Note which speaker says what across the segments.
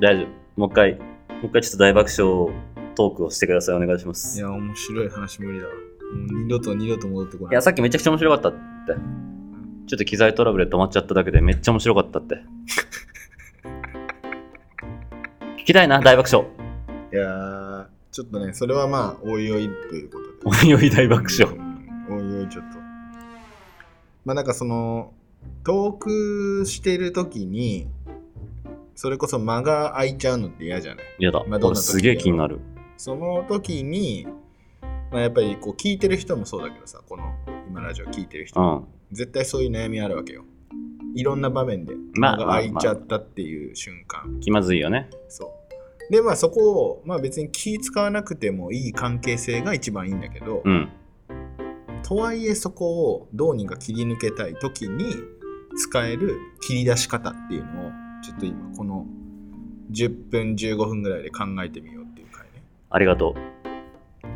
Speaker 1: 大丈夫。もう一回、もう一回ちょっと大爆笑トークをしてください。お願いしま
Speaker 2: い
Speaker 1: す。い
Speaker 2: や、面白い話無理だわ。もう二度と二度と戻ってこない。
Speaker 1: や、さっきめちゃくちゃ面白かったって。ちょっと機材トラブルで止まっちゃっただけでめっちゃ面白かったって。 聞きたいな、大爆笑。
Speaker 2: いやーちょっとね、それはまあ、おいおいということで。
Speaker 1: おいおい大爆笑。
Speaker 2: うん。おいおいちょっと。まあなんかその、トークしてるときに、それこそ間が空いちゃうのって嫌じゃない
Speaker 1: やだ。
Speaker 2: まあどん
Speaker 1: 俺
Speaker 2: な時
Speaker 1: すげえ気になる。
Speaker 2: その時に、まあ、やっぱりこう聞いてる人もそうだけどさ、この今ラジオ聞いてる人
Speaker 1: う
Speaker 2: も、
Speaker 1: ん。
Speaker 2: 絶対そういう悩みあるわけよ。いろんな場面で、
Speaker 1: まあ
Speaker 2: 間が空いちゃったっていう瞬間。
Speaker 1: 気まずいよね。
Speaker 2: そう。で、まあそこを、まあ別に気使わなくてもいい関係性が一番いいんだけど、
Speaker 1: うん。
Speaker 2: とはいえそこをどうにか切り抜けたい時に使える切り出し方っていうのをちょっと今この10分15分ぐらいで考えてみようっていう回ね
Speaker 1: ありがとう。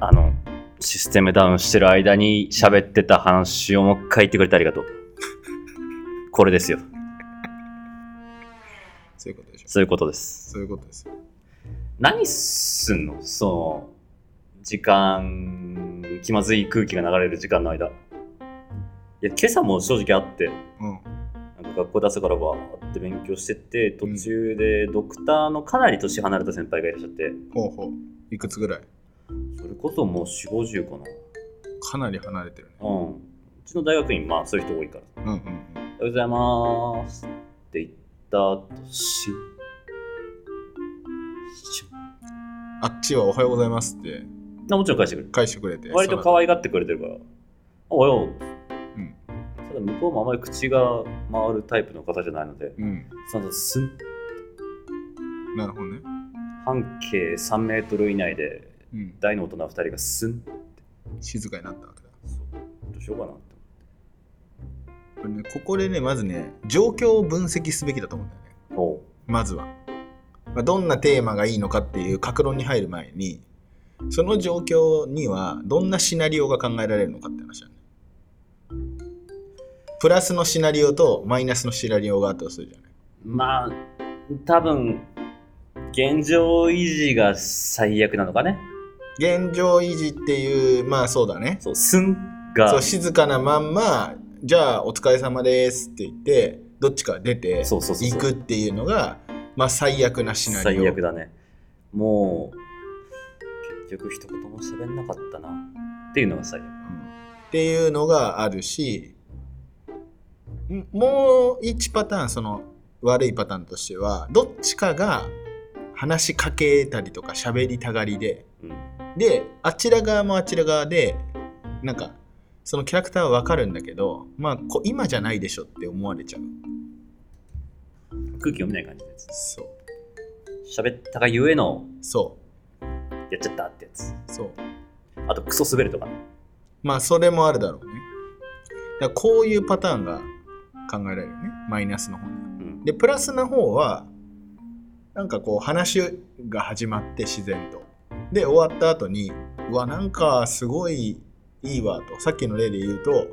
Speaker 1: あの、システムダウンしてる間に喋ってた話をもう一回言ってくれてありがとう。これですよ。
Speaker 2: そういうことでしょ
Speaker 1: そういうことです。
Speaker 2: そういうことですよ
Speaker 1: 何すんのその、時間、気まずい空気が流れる時間の間。いや、今朝も正直あって、
Speaker 2: うん
Speaker 1: なんか学校出すからばあって勉強してて、途中でドクターのかなり年離れた先輩がいらっしゃって、
Speaker 2: ほうほういくつぐらい
Speaker 1: それこそもう4、50かな。
Speaker 2: かなり離れてるね
Speaker 1: うん。うちの大学院、まあそういう人多いから。
Speaker 2: うんうんうん
Speaker 1: おはようございますって言った後しんしん
Speaker 2: あっちは「おはようございます」って
Speaker 1: なもちろん返してくれる
Speaker 2: 返してくれて
Speaker 1: 割と可愛がってくれてるからおはよう
Speaker 2: うん
Speaker 1: ただ向こうもあまり口が回るタイプの方じゃないので
Speaker 2: うん
Speaker 1: そのすん
Speaker 2: なるほどね
Speaker 1: 半径3メートル以内で
Speaker 2: うん
Speaker 1: 大の大人2人がすん
Speaker 2: 静かになったわけだ
Speaker 1: そうどうしようかなって
Speaker 2: これねここでねまずね状況を分析すべきだと思うんだよね
Speaker 1: おう
Speaker 2: まずは。まあどんなテーマがいいのかっていう格論に入る前に、その状況にはどんなシナリオが考えられるのかって話だね。プラスのシナリオとマイナスのシナリオがあったとするじゃない。
Speaker 1: まあ多分現状維持が最悪なのかね
Speaker 2: 現状維持っていう、まあそうだね。
Speaker 1: そうすんが
Speaker 2: そう静かなまんま、じゃあお疲れ様ですって言って、どっちか出て
Speaker 1: そうそうそう
Speaker 2: 行
Speaker 1: そう
Speaker 2: くっていうのが、まあ最悪なシナリオ。
Speaker 1: 最悪だねもう結局一言も喋んなかったなっていうのが最悪
Speaker 2: っていうのがあるしんもう1パターンその悪いパターンとしてはどっちかが話しかけたりとか喋りたがりで
Speaker 1: うん
Speaker 2: であちら側もあちら側でなんかそのキャラクターはわかるんだけどまあこ今じゃないでしょって思われちゃう
Speaker 1: 空気読めない感じのやつ
Speaker 2: そう
Speaker 1: 喋ったがゆえの
Speaker 2: そ
Speaker 1: やっちゃったってやつ
Speaker 2: うそう
Speaker 1: あとクソ滑るとかね
Speaker 2: まあそれもあるだろうねだからこういうパターンが考えられるよねマイナスの方に
Speaker 1: うん
Speaker 2: でプラスな方はなんかこう話が始まって自然とで終わった後にうわなんかすごいいいわとさっきの例で言うとい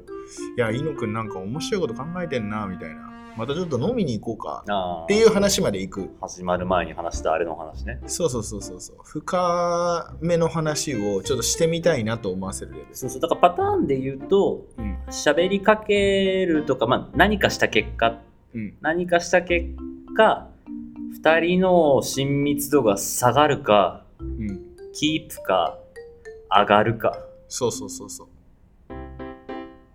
Speaker 2: や猪野くんなんか面白いこと考えてんなみたいなまたちょっと飲みに行こうか
Speaker 1: あー
Speaker 2: っていう話まで行く
Speaker 1: 始まる前に話したあれの話ね
Speaker 2: そうそうそうそうそう深めの話をちょっとしてみたいなと思わせるレベル
Speaker 1: そうそうだからパターンで言うと
Speaker 2: うん
Speaker 1: 喋りかけるとか、まあ、何かした結果
Speaker 2: うん
Speaker 1: 何かした結果2人の親密度が下がるか
Speaker 2: うん
Speaker 1: キープか上がるか
Speaker 2: そうそうそうそう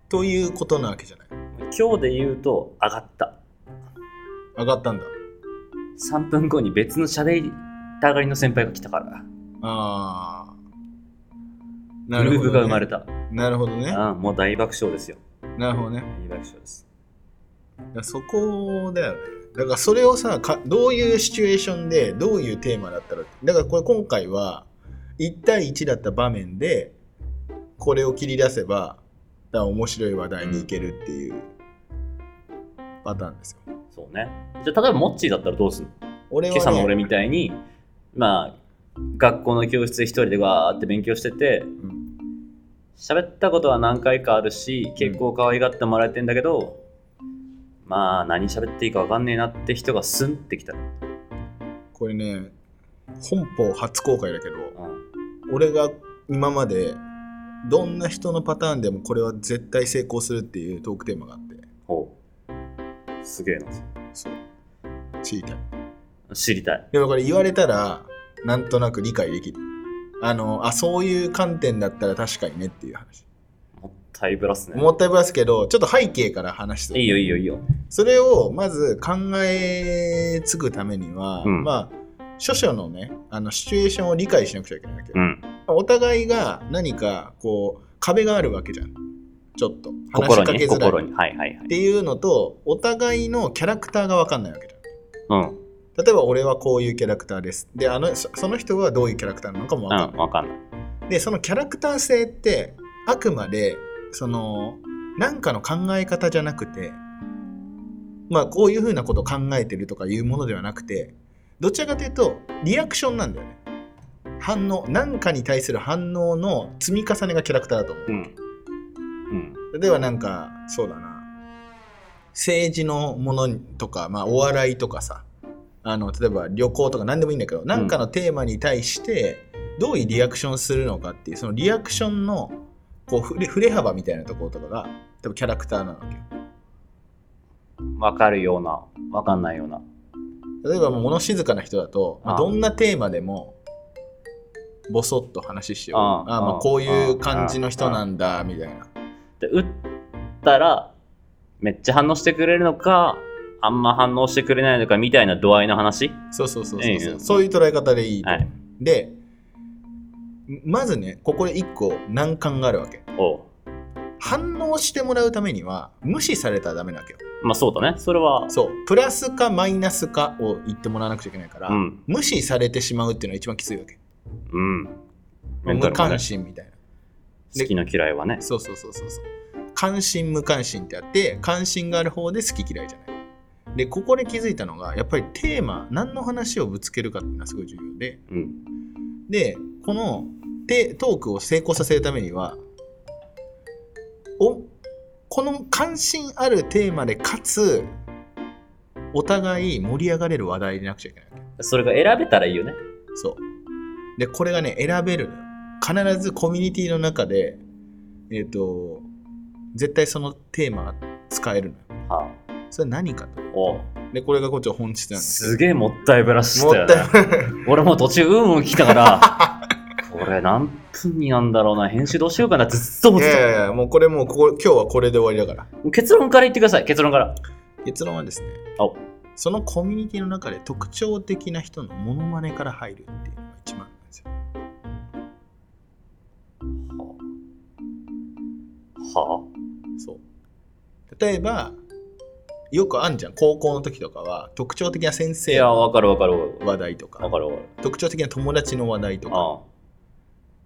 Speaker 2: ということなわけじゃない
Speaker 1: 今日で言うと上がった
Speaker 2: 上がったんだ
Speaker 1: 3分後に別の喋りたがりの先輩が来たから
Speaker 2: ああ。
Speaker 1: グルーブが生まれ
Speaker 2: た。
Speaker 1: た、
Speaker 2: なるほどね。
Speaker 1: ああもう大爆笑ですよ
Speaker 2: なるほどね。
Speaker 1: 大爆笑です
Speaker 2: いやそこだよね。だからそれをさか、どういうシチュエーションで、どういうテーマだったら。だからこれ今回は、1対1だった場面で、これを切り出せば、だから面白い話題にいけるっていうパターンですよ。
Speaker 1: そうねじゃあ例えばモッチーだったらどうするの
Speaker 2: 俺は、
Speaker 1: 今
Speaker 2: ね、
Speaker 1: 朝の俺みたいにまあ学校の教室で一人でわーって勉強してて
Speaker 2: うん
Speaker 1: 喋ったことは何回かあるし結構可愛がってもらえてんだけど、まあ何喋っていいか分かんねえなって人がスンってきたら
Speaker 2: これね本邦初公開だけど
Speaker 1: うん。
Speaker 2: 俺が今までどんな人のパターンでもこれは絶対成功するっていうトークテーマがあって
Speaker 1: ほう。すげえな。
Speaker 2: そう知りたい
Speaker 1: 知りたい。
Speaker 2: でもこれ言われたらなんとなく理解できるあのあそういう観点だったら確かにねっていう話
Speaker 1: もったいぶらすね。
Speaker 2: もったいぶらすけどちょっと背景から話して
Speaker 1: いいよいいよいいよ。
Speaker 2: それをまず考えつくためには、
Speaker 1: うん
Speaker 2: まあ諸々のねあのシチュエーションを理解しなくちゃいけないわけよ、
Speaker 1: うん。
Speaker 2: お互いが何かこう壁があるわけじゃんちょっと話し
Speaker 1: 心
Speaker 2: か
Speaker 1: に
Speaker 2: け
Speaker 1: ね、
Speaker 2: づらい
Speaker 1: 心
Speaker 2: っ
Speaker 1: に。はいはいはい。
Speaker 2: ていうのとお互いのキャラクターが分かんないわけじゃん
Speaker 1: うん。
Speaker 2: 例えば俺はこういうキャラクターですであのそその人はどういうキャラクターなのかも分か
Speaker 1: う
Speaker 2: ん
Speaker 1: ん、
Speaker 2: ない、
Speaker 1: わかんない。
Speaker 2: でそのキャラクター性ってあくまでその何かの考え方じゃなくてまあこういうふうなことを考えてるとかいうものではなくてどちらかというとリアクションなんだよね反応何かに対する反応の積み重ねがキャラクターだと思う
Speaker 1: うん。うん。
Speaker 2: 例えばなんかそうだな政治のものとか、まあ、お笑いとかさあの例えば旅行とか何でもいいんだけど何かのテーマに対してどういうリアクションするのかっていうそのリアクションのこう振れ振れ幅みたいなところとかが多分キャラクターなわけよ
Speaker 1: わかるような、わかんないような。
Speaker 2: 例えば物静かな人だと、まあ
Speaker 1: ああ
Speaker 2: どんなテーマでもボソッと話しよう
Speaker 1: ああ
Speaker 2: ああまあ
Speaker 1: ああ
Speaker 2: こういう感じの人なんだみたいな
Speaker 1: で、打ったら、めっちゃ反応してくれるのか、あんま反応してくれないのかみたいな度合いの話。
Speaker 2: そうそうそうそうそう
Speaker 1: ええ
Speaker 2: そういう捉え方でいいと思う
Speaker 1: はい
Speaker 2: でまずねここで1個難関があるわけ
Speaker 1: おう
Speaker 2: 反応してもらうためには無視されたらダメなわけよ
Speaker 1: まあそうだね。それは、
Speaker 2: そうプラスかマイナスかを言ってもらわなくちゃいけないから、
Speaker 1: うん。
Speaker 2: 無視されてしまうっていうのが一番きついわけ
Speaker 1: うん。メンタ
Speaker 2: 無
Speaker 1: ルもね
Speaker 2: 関心みたいな
Speaker 1: 好きの嫌いはね。
Speaker 2: そうそうそうそうそう関心無関心ってあって関心がある方で好き嫌いじゃないでここで気づいたのがやっぱりテーマ何の話をぶつけるかっていうのはすごい重要で
Speaker 1: うん。
Speaker 2: でこのテトークを成功させるためにはおこの関心あるテーマでかつお互い盛り上がれる話題でなくちゃいけないわけ
Speaker 1: それが選べたらいいよね。
Speaker 2: そうでこれがね選べるのよ必ずコミュニティの中でえっ、と絶対そのテーマが使えるのよ
Speaker 1: は
Speaker 2: それ何か
Speaker 1: あ、
Speaker 2: と
Speaker 1: おう
Speaker 2: でこれがこっちの本質なんです
Speaker 1: すげえもったいぶらし
Speaker 2: も
Speaker 1: た
Speaker 2: っ
Speaker 1: よ
Speaker 2: たい
Speaker 1: ね。
Speaker 2: ない
Speaker 1: 俺もう途中うんうん来たから、 これ何分になんだろうな、編集どうしようかなってずっと思っ
Speaker 2: い
Speaker 1: てた。
Speaker 2: やいやいやもうこれもうここ今日はこれで終わりだから
Speaker 1: もう結論から言ってください、結論から。
Speaker 2: 結論はですね
Speaker 1: お
Speaker 2: そのコミュニティの中で特徴的な人のモノマネから入るっていうのが一番なんですよ。
Speaker 1: は
Speaker 2: そう例えばよくあんじゃん高校の時とかは特徴的な先
Speaker 1: あ、い
Speaker 2: 生
Speaker 1: や、
Speaker 2: の
Speaker 1: わかるわかるわかる。
Speaker 2: 話題とか
Speaker 1: わかるわかる。
Speaker 2: 特徴的な友達の話題とか
Speaker 1: あ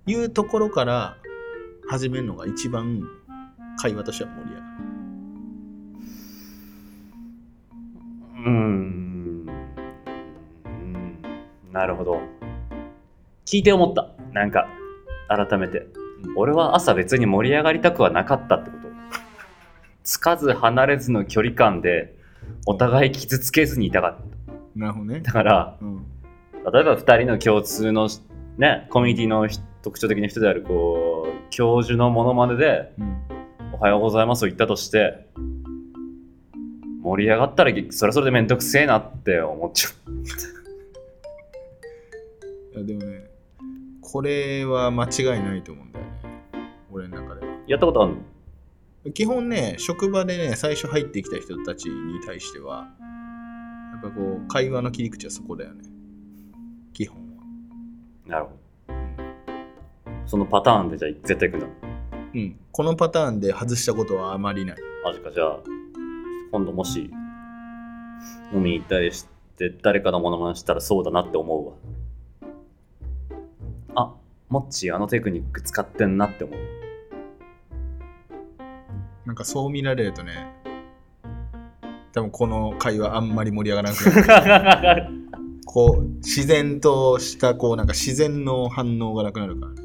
Speaker 2: いうところから始めるのが一番会話としては盛り上がる。
Speaker 1: あうーん。うーんなるほど。聞いて思った。なんか、改めて。俺は朝別に盛り上がりたくはなかったってこと。つかず離れずの距離感で、お互い傷つけずにいたかっ
Speaker 2: なるほどね
Speaker 1: た。。だから、
Speaker 2: うん、
Speaker 1: 例えば2人の共通の、ね、コミュニティのひ特徴的な人である、こう、教授のモノマネで、
Speaker 2: うん、
Speaker 1: おはようございますを言ったとして、盛り上がったらそれはそれでめんどくせえなって思っちゃう。
Speaker 2: いやでもねこれは間違いないと思うんだよね俺の中では。
Speaker 1: やったことあるの
Speaker 2: 基本ね職場でね最初入ってきた人たちに対してはやっぱこう会話の切り口はそこだよね基本は
Speaker 1: なるほど。そのパターンでじゃあ絶対行くの。
Speaker 2: うんこのパターンで外したことはあまりない
Speaker 1: マジか、じゃあ、今度もし、飲みに行ったりして、誰かのものまねしたらそうだなって思うわ。あ、モッチーあのテクニック使ってんなって思う。
Speaker 2: なんかそう見られるとね多分この会話あんまり盛り上がらなくなるこう自然としたこうなんか自然の反応がなくなるからね